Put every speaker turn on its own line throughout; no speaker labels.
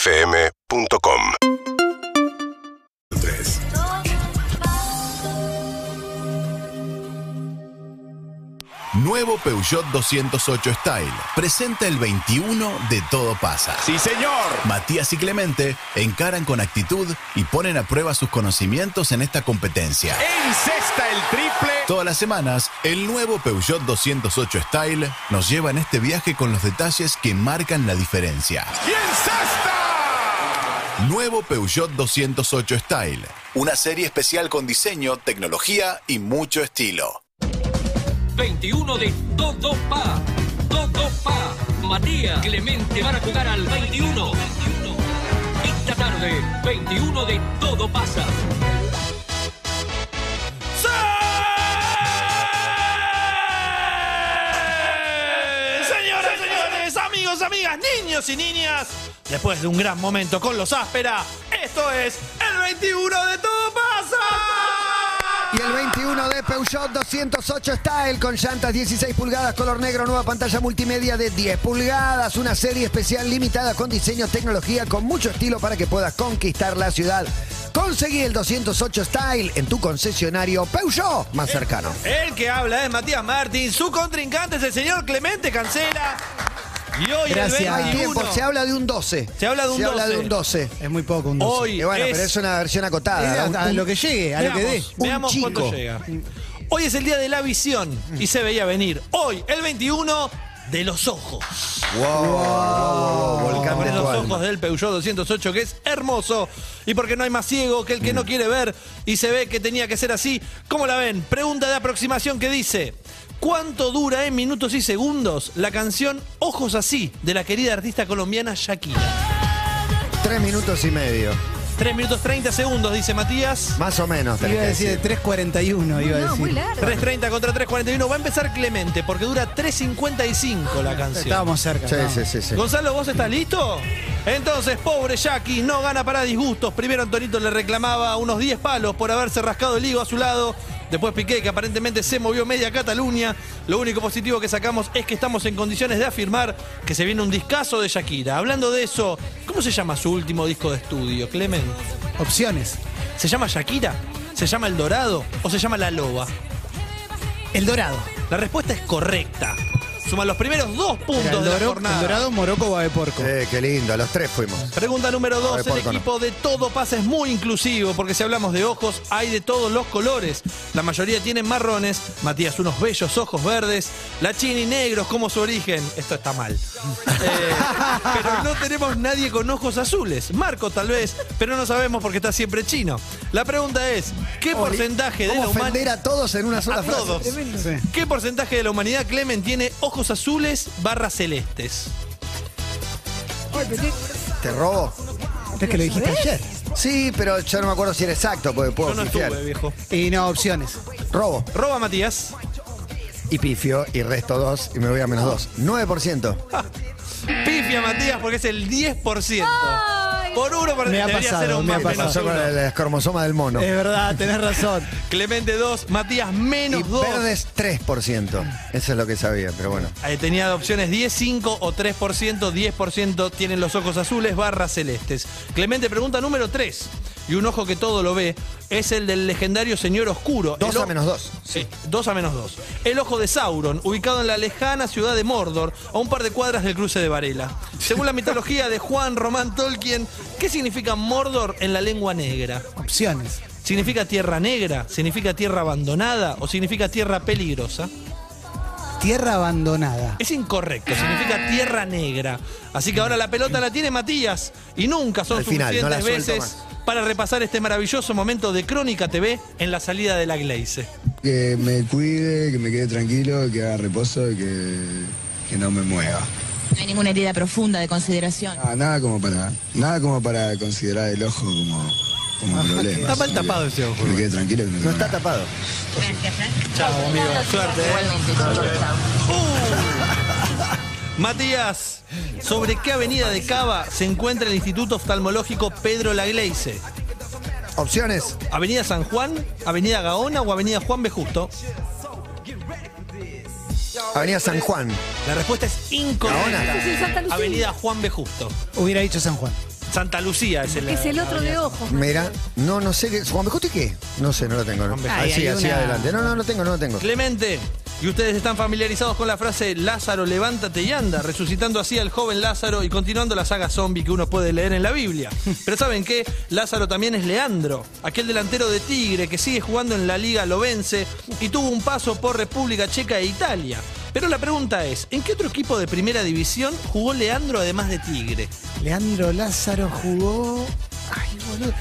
UrbanaPlayFM.com
Nuevo Peugeot 208 Style. Presenta el 21 de Todo Pasa.
Sí, señor.
Matías y Clemente encaran con actitud y ponen a prueba sus conocimientos en esta competencia.
Encesta el triple.
Todas las semanas, el nuevo Peugeot 208 Style nos lleva en este viaje con los detalles que marcan la diferencia.
¡Y encesta!
Nuevo Peugeot 208 Style. Una serie especial con diseño, tecnología y mucho estilo.
21 de Todo Pa. Todo Pa. Matías Clemente van a jugar al 21. Esta tarde, 21 de Todo Pasa.
¡Sí!
Señoras, señores, amigos, amigas, niños y niñas, después de un gran momento con los áspera, esto es el 21 de Todo Pasa.
Y el 21 de Peugeot 208 Style con llantas 16 pulgadas, color negro, nueva pantalla multimedia de 10 pulgadas, una serie especial limitada con diseño, tecnología, con mucho estilo para que puedas conquistar la ciudad. Conseguí el 208 Style en tu concesionario Peugeot
Eh,
más cercano.
El que habla es Matías Martín, su contrincante es el señor Clemente Cancela. Y hoy
No
el
hay
21.
tiempo, se habla de un 12.
Se habla de un 12.
de un 12.
Es muy poco un 12.
Hoy
Y bueno,
es-
pero es una versión
Eh,
acotada. Un-
a, a
un-
lo que llegue, a lo que dé.
Veamos, veamos
Un
cuándo
chico.
llega. Hoy es el día de la visión y se veía venir. Hoy, el 21, de los ojos.
Wow, wow, wow, Oh, volcán
Con
de
los
tu
ojos
alma.
del Peugeot 208, que es hermoso. Y porque no hay más ciego que el
Mm.
que no quiere ver. Y se ve que tenía que ser así. ¿Cómo la ven? Pregunta de aproximación que dice: ¿Cuánto dura en minutos y segundos la canción Ojos así de la querida artista colombiana Shakira?
Tres minutos y medio.
3 minutos 30 segundos, dice Matías.
Más o menos, tenés
Iba a
que
decir
decir.
de 3.41, iba a
No, muy
decir.
largo.
3.30 contra 3.41. Va a empezar Clemente porque dura 3.55 la canción.
Estábamos cerca.
Sí,
estábamos.
sí, sí, sí.
Gonzalo, ¿vos estás listo? Entonces, pobre Jackie, no gana para disgustos. Primero Antonito le reclamaba unos 10 palos por haberse rascado el higo a su lado. Después Piqué, que aparentemente se movió media Cataluña. Lo único positivo que sacamos es que estamos en condiciones de afirmar que se viene un discazo de Shakira. Hablando de eso, ¿cómo se llama su último disco de estudio, Clemen?
Opciones.
¿Se llama Shakira? ¿Se llama El Dorado? ¿O se llama La Loba?
El Dorado.
La respuesta es correcta. Suma los primeros dos puntos
Era el,
de la
doro-
jornada.
el Dorado, Morocco, Babe Porco.
Eh, qué lindo, los tres fuimos.
Pregunta número
A
2.
ver,
El
Porco, no.
equipo de Todo Pasa es muy inclusivo, porque si hablamos de ojos, hay de todos los colores. La mayoría tienen marrones, Matías unos bellos ojos verdes, la chini negros como su origen. Esto está mal. Eh, pero no tenemos nadie con ojos azules. Marco tal vez, pero no sabemos porque está siempre chino. La pregunta es, ¿qué porcentaje de
¿Cómo
la humanidad...
ofender a todos en una sola
A
frase?
todos.
Sí.
¿Qué porcentaje de la humanidad, Clemen, tiene ojos azules barra celestes?
¿Te robo?
¿Eh?
Es que lo dijiste ayer.
Sí, pero yo no me acuerdo si era exacto, porque puedo
Yo no
pifiar.
estuve, viejo.
Y no, opciones.
Robo.
Roba, Matías.
Y pifio, y resto dos, y me voy a menos dos.
Ah,
9%.
Pifia Matías porque es el 10%. Por uno por
Me ha
debería
pasado,
ser un
me ha
más,
¿Qué
menos
Eh, pasó con
uno. Eh,
el, el cromosoma del mono?
Es verdad, tenés razón.
Clemente 2, Matías
y
menos 2.
verdes 3%. Eso es lo que sabía, pero bueno.
Ahí Eh, tenía de opciones 10, 5 o 3%. 10% tienen los ojos azules barra celestes. Clemente pregunta número 3. Y un ojo que todo lo ve es el del legendario señor oscuro.
Dos
El
a
o-
menos dos.
Sí, 2 a menos 2. El ojo de Sauron, ubicado en la lejana ciudad de Mordor, a un par de cuadras del cruce de Varela. Según la mitología de Juan Román Tolkien, ¿qué significa Mordor en la lengua negra?
Opciones.
¿Significa tierra negra? ¿Significa tierra abandonada? ¿O significa tierra peligrosa?
Tierra abandonada.
Es incorrecto, significa tierra negra. Así que ahora la pelota la tiene Matías y nunca son
Al final,
suficientes
no la suelto
veces para repasar este maravilloso momento de Crónica TV en la salida de la Gleice.
Que me cuide, que me quede tranquilo, que haga reposo y que, que no me mueva.
No hay ninguna herida profunda de consideración.
Ah,
Nada, nada como para nada como para considerar el ojo como, como problema.
está mal
así
tapado
que-
ese ojo.
Que me quede tranquilo. que
No
me
está tapado.
Chao, amigo. Suerte. ¿eh?
Igualmente, chicos, chao.
Matías, ¿sobre qué avenida de Cava se encuentra el Instituto Oftalmológico Pedro Lagleice?
Opciones.
¿Avenida San Juan, Avenida Gaona o Avenida Juan B. Justo?
Avenida San Juan.
La respuesta es incorrecta.
Ahora.
Sí, Pues Santa Lucía.
Avenida Juan B. Justo.
Hubiera dicho San Juan.
Santa Lucía es el.
Que es el otro de ojos.
Mira, no, no sé qué. ¿Juan B. Justo y qué? No sé, no lo tengo. ¿no?
Juan B.
Ay,
Así,
hay
así
una-
adelante. No, no, no tengo, no lo tengo.
Clemente, y ustedes están familiarizados con la frase Lázaro, levántate y anda, resucitando así al joven Lázaro y continuando la saga zombie que uno puede leer en la Biblia. Pero ¿saben qué? Lázaro también es Leandro, aquel delantero de Tigre que sigue jugando en la Liga Lovense y tuvo un paso por República Checa e Italia. Pero la pregunta es, ¿en qué otro equipo de primera división jugó Leandro además de Tigre?
Leandro Lázaro jugó. Ay, boludo.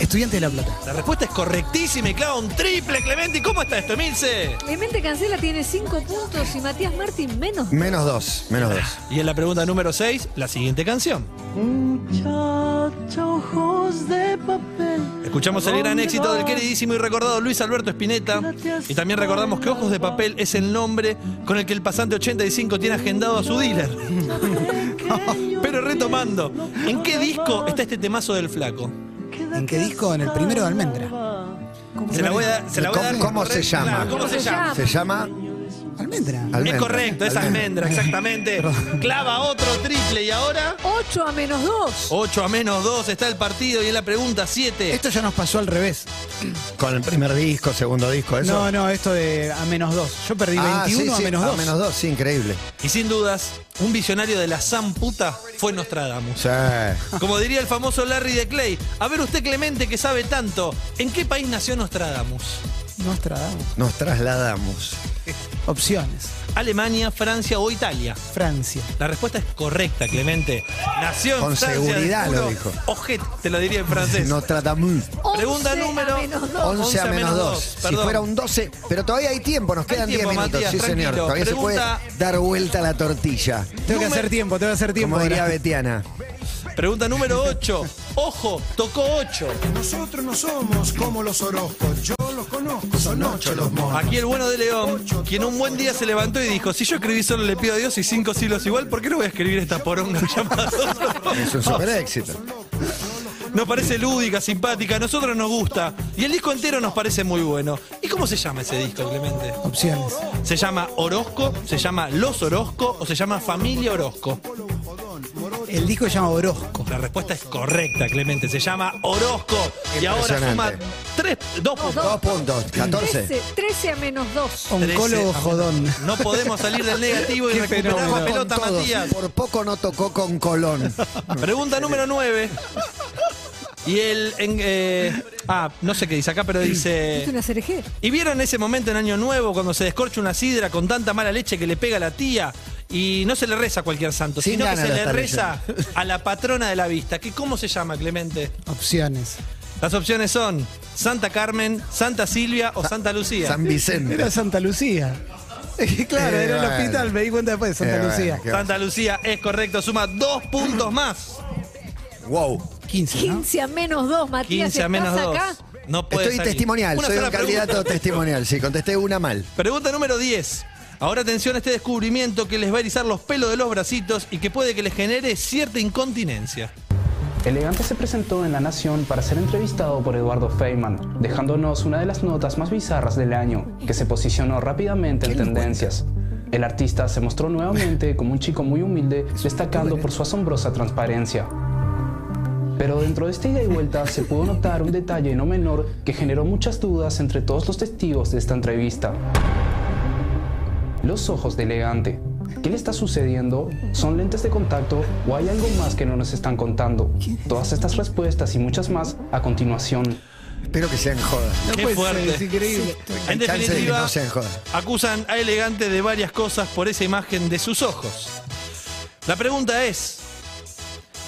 Estudiante de La Plata.
La respuesta es correctísima y clava un triple, Clemente. ¿Y cómo está esto, Emilce?
Clemente Cancela tiene 5 puntos y Matías Martín menos.
Menos dos, menos dos.
Y en la pregunta número 6, la siguiente canción. Escuchamos el gran éxito del queridísimo y recordado Luis Alberto Spinetta. Y también recordamos que Ojos de Papel es el nombre con el que el pasante 85 tiene agendado a su dealer. Pero retomando, ¿en qué disco está este temazo del flaco?
¿En qué disco? En el primero de Almendra.
Se la voy a, se la voy a dar.
¿Cómo- cómo se llama?
Claro, ¿Cómo se llama?
Se llama
Almendra.
Almendra.
Es correcto, es almendra, exactamente. Clava otro triple y ahora.
8 a menos 2.
8 a menos 2 está el partido y en la pregunta 7.
Esto ya nos pasó al revés.
Con el primer disco, segundo disco, eso.
No, no, esto de a menos dos. Yo perdí
Ah,
21
sí, sí,
a menos dos.
A menos dos, sí, increíble.
Y sin dudas, un visionario de la zamputa fue Nostradamus.
Sí.
Como diría el famoso Larry de Clay, a ver usted Clemente que sabe tanto, ¿en qué país nació Nostradamus?
Nostradamus.
Nos trasladamos.
Opciones.
¿Alemania, Francia o Italia?
Francia.
La respuesta es correcta, Clemente. Nació en
Con
Francia.
seguridad
de puro
lo dijo.
Ojet, te lo diría en francés.
Nos tratamos.
Pregunta número
11 a menos 2.
dos,
Si
perdón.
fuera un 12, pero todavía hay tiempo, nos quedan 10
tiempo,
minutos.
Matías,
sí, señor.
tranquilo.
Todavía
Pregunta-
se puede dar vuelta a la tortilla.
Tengo que hacer tiempo, tengo que hacer tiempo.
Como diría
ahora.
Betiana.
Pregunta número 8. Ojo, tocó 8.
Nosotros no somos como los Orozcos, yo los conozco, son ocho los monos.
Aquí el bueno de León, quien un buen día se levantó y dijo, si yo escribí solo le pido a Dios y cinco siglos igual, ¿por qué no voy a escribir esta poronga llamada Solo?
Es un super éxito.
Nos parece lúdica, simpática, a nosotros nos gusta. Y el disco entero nos parece muy bueno. ¿Y cómo se llama ese disco, Clemente?
Opciones.
¿Se llama Orozco? ¿Se llama Los Orozco? ¿O se llama Familia Orozco?
El disco se llama Orozco.
La respuesta es correcta, Clemente. Se llama Orozco. Y ahora suma
Impresionante.
tres, dos puntos.
Dos puntos, 14.
13, 13 a menos 2.
Oncólogo
Trece.
jodón.
No podemos salir del negativo y
Qué
recuperar la
fenómeno.
Con
pelota,
todos.
Matías.
Por poco no tocó con Colón.
Pregunta número 9. Y el... en- eh, ah, no sé qué dice acá, pero dice...
Es una cereje.
¿Y vieron ese momento en Año Nuevo cuando se descorcha una sidra con tanta mala leche que le pega a la tía? Y no se le reza a cualquier santo,
Sin
sino que
ganas
se
de
le
estar
reza a la patrona de la vista. Que, ¿Cómo se llama, Clemente?
Opciones.
Las opciones son Santa Carmen, Santa Silvia o Santa Lucía.
San Vicente.
Era Santa Lucía. claro,
Eh,
era el
bueno.
hospital, me di cuenta después de Santa
Eh, bueno,
Lucía.
qué
Santa Lucía es correcto, suma dos puntos más.
Wow.
15, ¿no?
15 a menos 2, Matías.
15 a menos
¿estás
dos.
acá?
No puede
Estoy
salir.
testimonial,
Una
soy
sola
un
pregunta.
candidato testimonial. Sí, contesté una mal.
Pregunta número 10. Ahora atención a este descubrimiento que les va a erizar los pelos de los bracitos y que puede que les genere cierta incontinencia.
Elegante se presentó en La Nación para ser entrevistado por Eduardo Feynman, dejándonos una de las notas más bizarras del año, que se posicionó rápidamente en tendencias. El artista se mostró nuevamente como un chico muy humilde, destacando por su asombrosa transparencia. Pero dentro de esta ida y vuelta se pudo notar un detalle no menor que generó muchas dudas entre todos los testigos de esta entrevista. Los ojos de elegante. ¿Qué le está sucediendo? ¿Son lentes de contacto o hay algo más que no nos están contando? Todas estas respuestas y muchas más a continuación.
Espero que sean jodas.
No
Qué
puede
fuerte.
ser, es increíble.
En
Hay chance de que
definitiva,
no sean jodas.
acusan a Elegante de varias cosas por esa imagen de sus ojos. La pregunta es,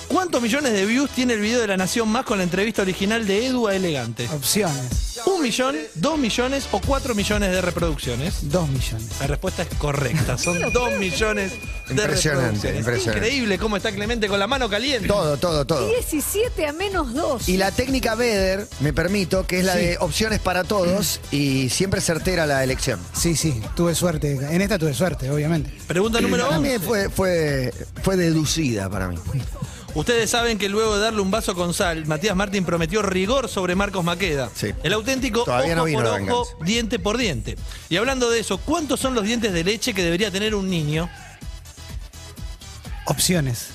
¿cuántos millones de views tiene el video de La Nación Más con la entrevista original de Edu a Elegante?
Opciones.
¿Un millón, dos millones o cuatro millones de reproducciones?
2 millones.
La respuesta es correcta, son dos millones de
Impresionante,
reproducciones.
impresionante.
Increíble cómo está Clemente con la mano caliente.
Todo, todo, todo.
17 a menos 2.
Y la técnica Beder, me permito, que es la de opciones para todos y siempre certera la elección.
Sí, sí, tuve suerte. En esta tuve suerte, obviamente.
Pregunta número
Para
11.
mí fue, fue, fue deducida para mí.
Ustedes saben que luego de darle un vaso con sal, Matías Martín prometió rigor sobre Marcos Maqueda. El auténtico
Todavía
ojo
no vino
por
la
ojo,
venganza.
diente por diente. Y hablando de eso, ¿cuántos son los dientes de leche que debería tener un niño?
Opciones.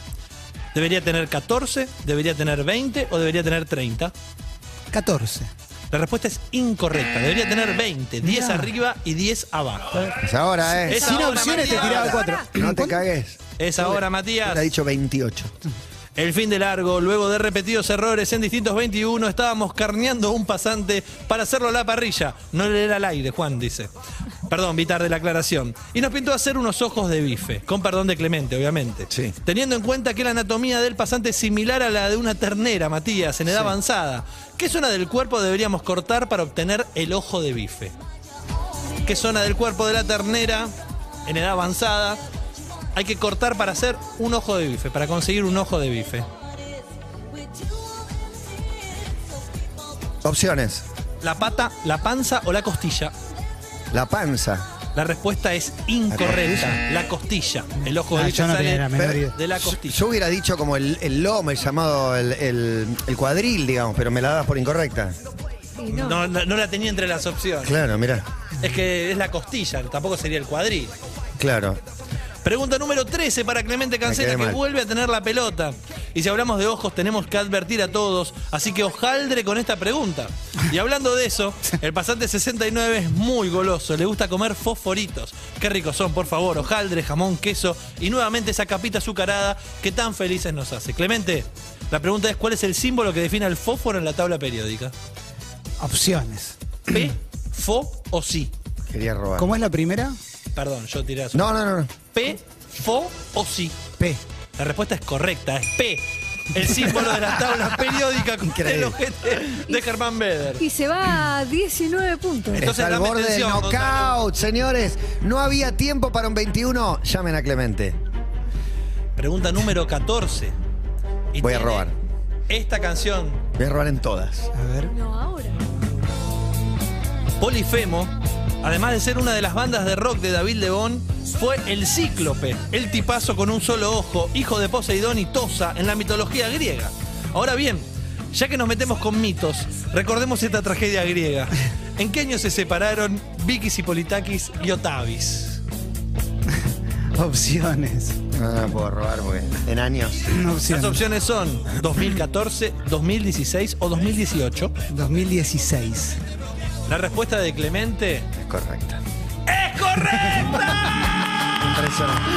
¿Debería tener 14, debería tener 20 o debería tener 30?
14.
La respuesta es incorrecta. Debería tener 20, 10
Mirá.
arriba y 10 abajo.
Es ahora, ¿eh?
Es
Sin
ahora,
opciones te
Matías.
tiraba cuatro.
No te cagues.
Es ahora, Matías.
Te ha dicho 28.
El fin de largo, luego de repetidos errores en distintos 21, estábamos carneando a un pasante para hacerlo a la parrilla. No le era al aire, Juan dice. Perdón, Vitar de la aclaración. Y nos pintó hacer unos ojos de bife, con perdón de Clemente, obviamente.
Sí.
Teniendo en cuenta que la anatomía del pasante es similar a la de una ternera, Matías, en edad avanzada. ¿Qué zona del cuerpo deberíamos cortar para obtener el ojo de bife? ¿Qué zona del cuerpo de la ternera en edad avanzada hay que cortar para hacer un ojo de bife, para conseguir un ojo de bife?
Opciones.
¿La pata, la panza o la costilla?
La panza.
La respuesta es incorrecta. La costilla. El ojo de
Ah,
bife
yo no
sale
tenía la menor idea.
de la costilla.
Yo hubiera dicho como el, el lomo, el llamado el, el- el cuadril, digamos, pero me la dabas por incorrecta.
Y no.
No, no- no la tenía entre las opciones.
Claro, mirá.
Es que es la costilla, tampoco sería el cuadril.
Claro.
Pregunta número 13 para Clemente Cancela,
quedé
que
mal.
vuelve a tener la pelota. Y si hablamos de ojos, tenemos que advertir a todos. Así que hojaldre con esta pregunta. Y hablando de eso, el pasante 69 es muy goloso. Le gusta comer fosforitos. Qué ricos son, por favor. Hojaldre, jamón, queso y nuevamente esa capita azucarada que tan felices nos hace. Clemente, la pregunta es: ¿cuál es el símbolo que define el fósforo en la tabla periódica?
Opciones.
¿P, fo o sí?
Quería robar.
¿Cómo es la primera?
Perdón, yo tiré a su.
No, no, no. no.
¿P, fo o sí?
P.
La respuesta es correcta, ¿eh? es P. El símbolo de la tabla periódica con el ojete de Germán Beder.
Y se va a 19 puntos.
Entonces,
Está al
dame
borde del
atención,
knockout,
Gonzalo.
señores. No había tiempo para un 21. Llamen a Clemente.
Pregunta número 14. Y
Voy a
tiene
robar.
Esta canción,
Voy a robar en todas.
A ver.
No, ahora.
Polifemo, además de ser una de las bandas de rock de David León, fue el cíclope, el tipazo con un solo ojo, hijo de Poseidón y Tosa en la mitología griega. Ahora bien, ya que nos metemos con mitos, recordemos esta tragedia griega. ¿En qué año se separaron Vikis y Politakis y Otavis?
Opciones.
No, no puedo robar porque en años.
Opciones.
Las opciones son 2014, 2016 o 2018.
2016.
La respuesta de Clemente
Es correcta.
es correcta.
Impresionante.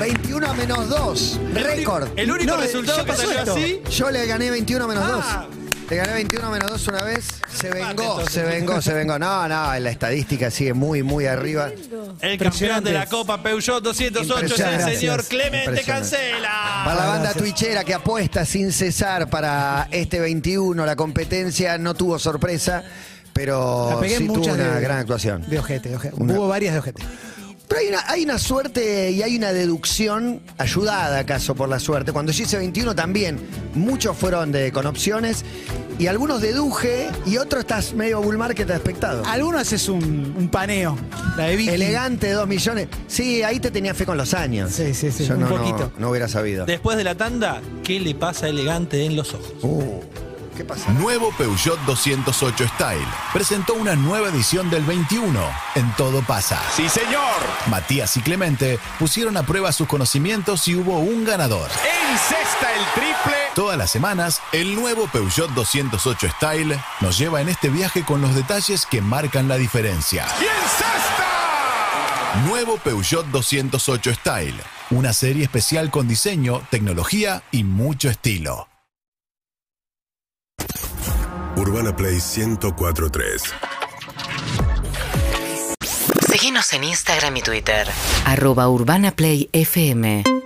21 a menos 2. Récord.
El único
No,
resultado
ya
que
pasó
salió
esto.
así.
Yo le gané 21 a menos
Ah.
2. Le gané 21 a menos 2 una vez. Se vengó,
entonces.
se vengó, se vengó. No, no, la estadística sigue muy, muy arriba.
El campeón de la Copa Peugeot 208 es el
Impresionante.
señor Clemente
Impresionante. Para
Cancela.
la banda
gracias.
twitchera que apuesta sin cesar para este 21, la competencia no tuvo sorpresa, pero
La
Oh,
pegué
sí tuvo
muchas
una
de-
gran actuación.
De ojete, de ojete.
Una-
Hubo varias de ojete.
Pero hay una, hay una suerte y hay una deducción ayudada acaso por la suerte. Cuando yo hice 21 también, muchos fueron de, con opciones y algunos deduje y otros estás medio bull market aspectado.
Alguno haces un, un paneo. La de Vicky.
Elegante, 2 millones. Sí, ahí te tenía fe con los años.
Sí, sí, sí,
Yo
un
no, no-
poquito.
No, hubiera sabido.
Después de la tanda, ¿qué le pasa a elegante en los ojos?
Uh, ¿Qué pasa?
Nuevo Peugeot 208 Style presentó una nueva edición del 21. En todo pasa.
Sí, señor.
Matías y Clemente pusieron a prueba sus conocimientos y hubo un ganador.
Encesta el triple.
Todas las semanas, el nuevo Peugeot 208 Style nos lleva en este viaje con los detalles que marcan la diferencia.
Y encesta.
Nuevo Peugeot 208 Style, una serie especial con diseño, tecnología y mucho estilo.
Urbana Play 1043.
Síguenos en Instagram y Twitter.
arroba urbanaplayfm.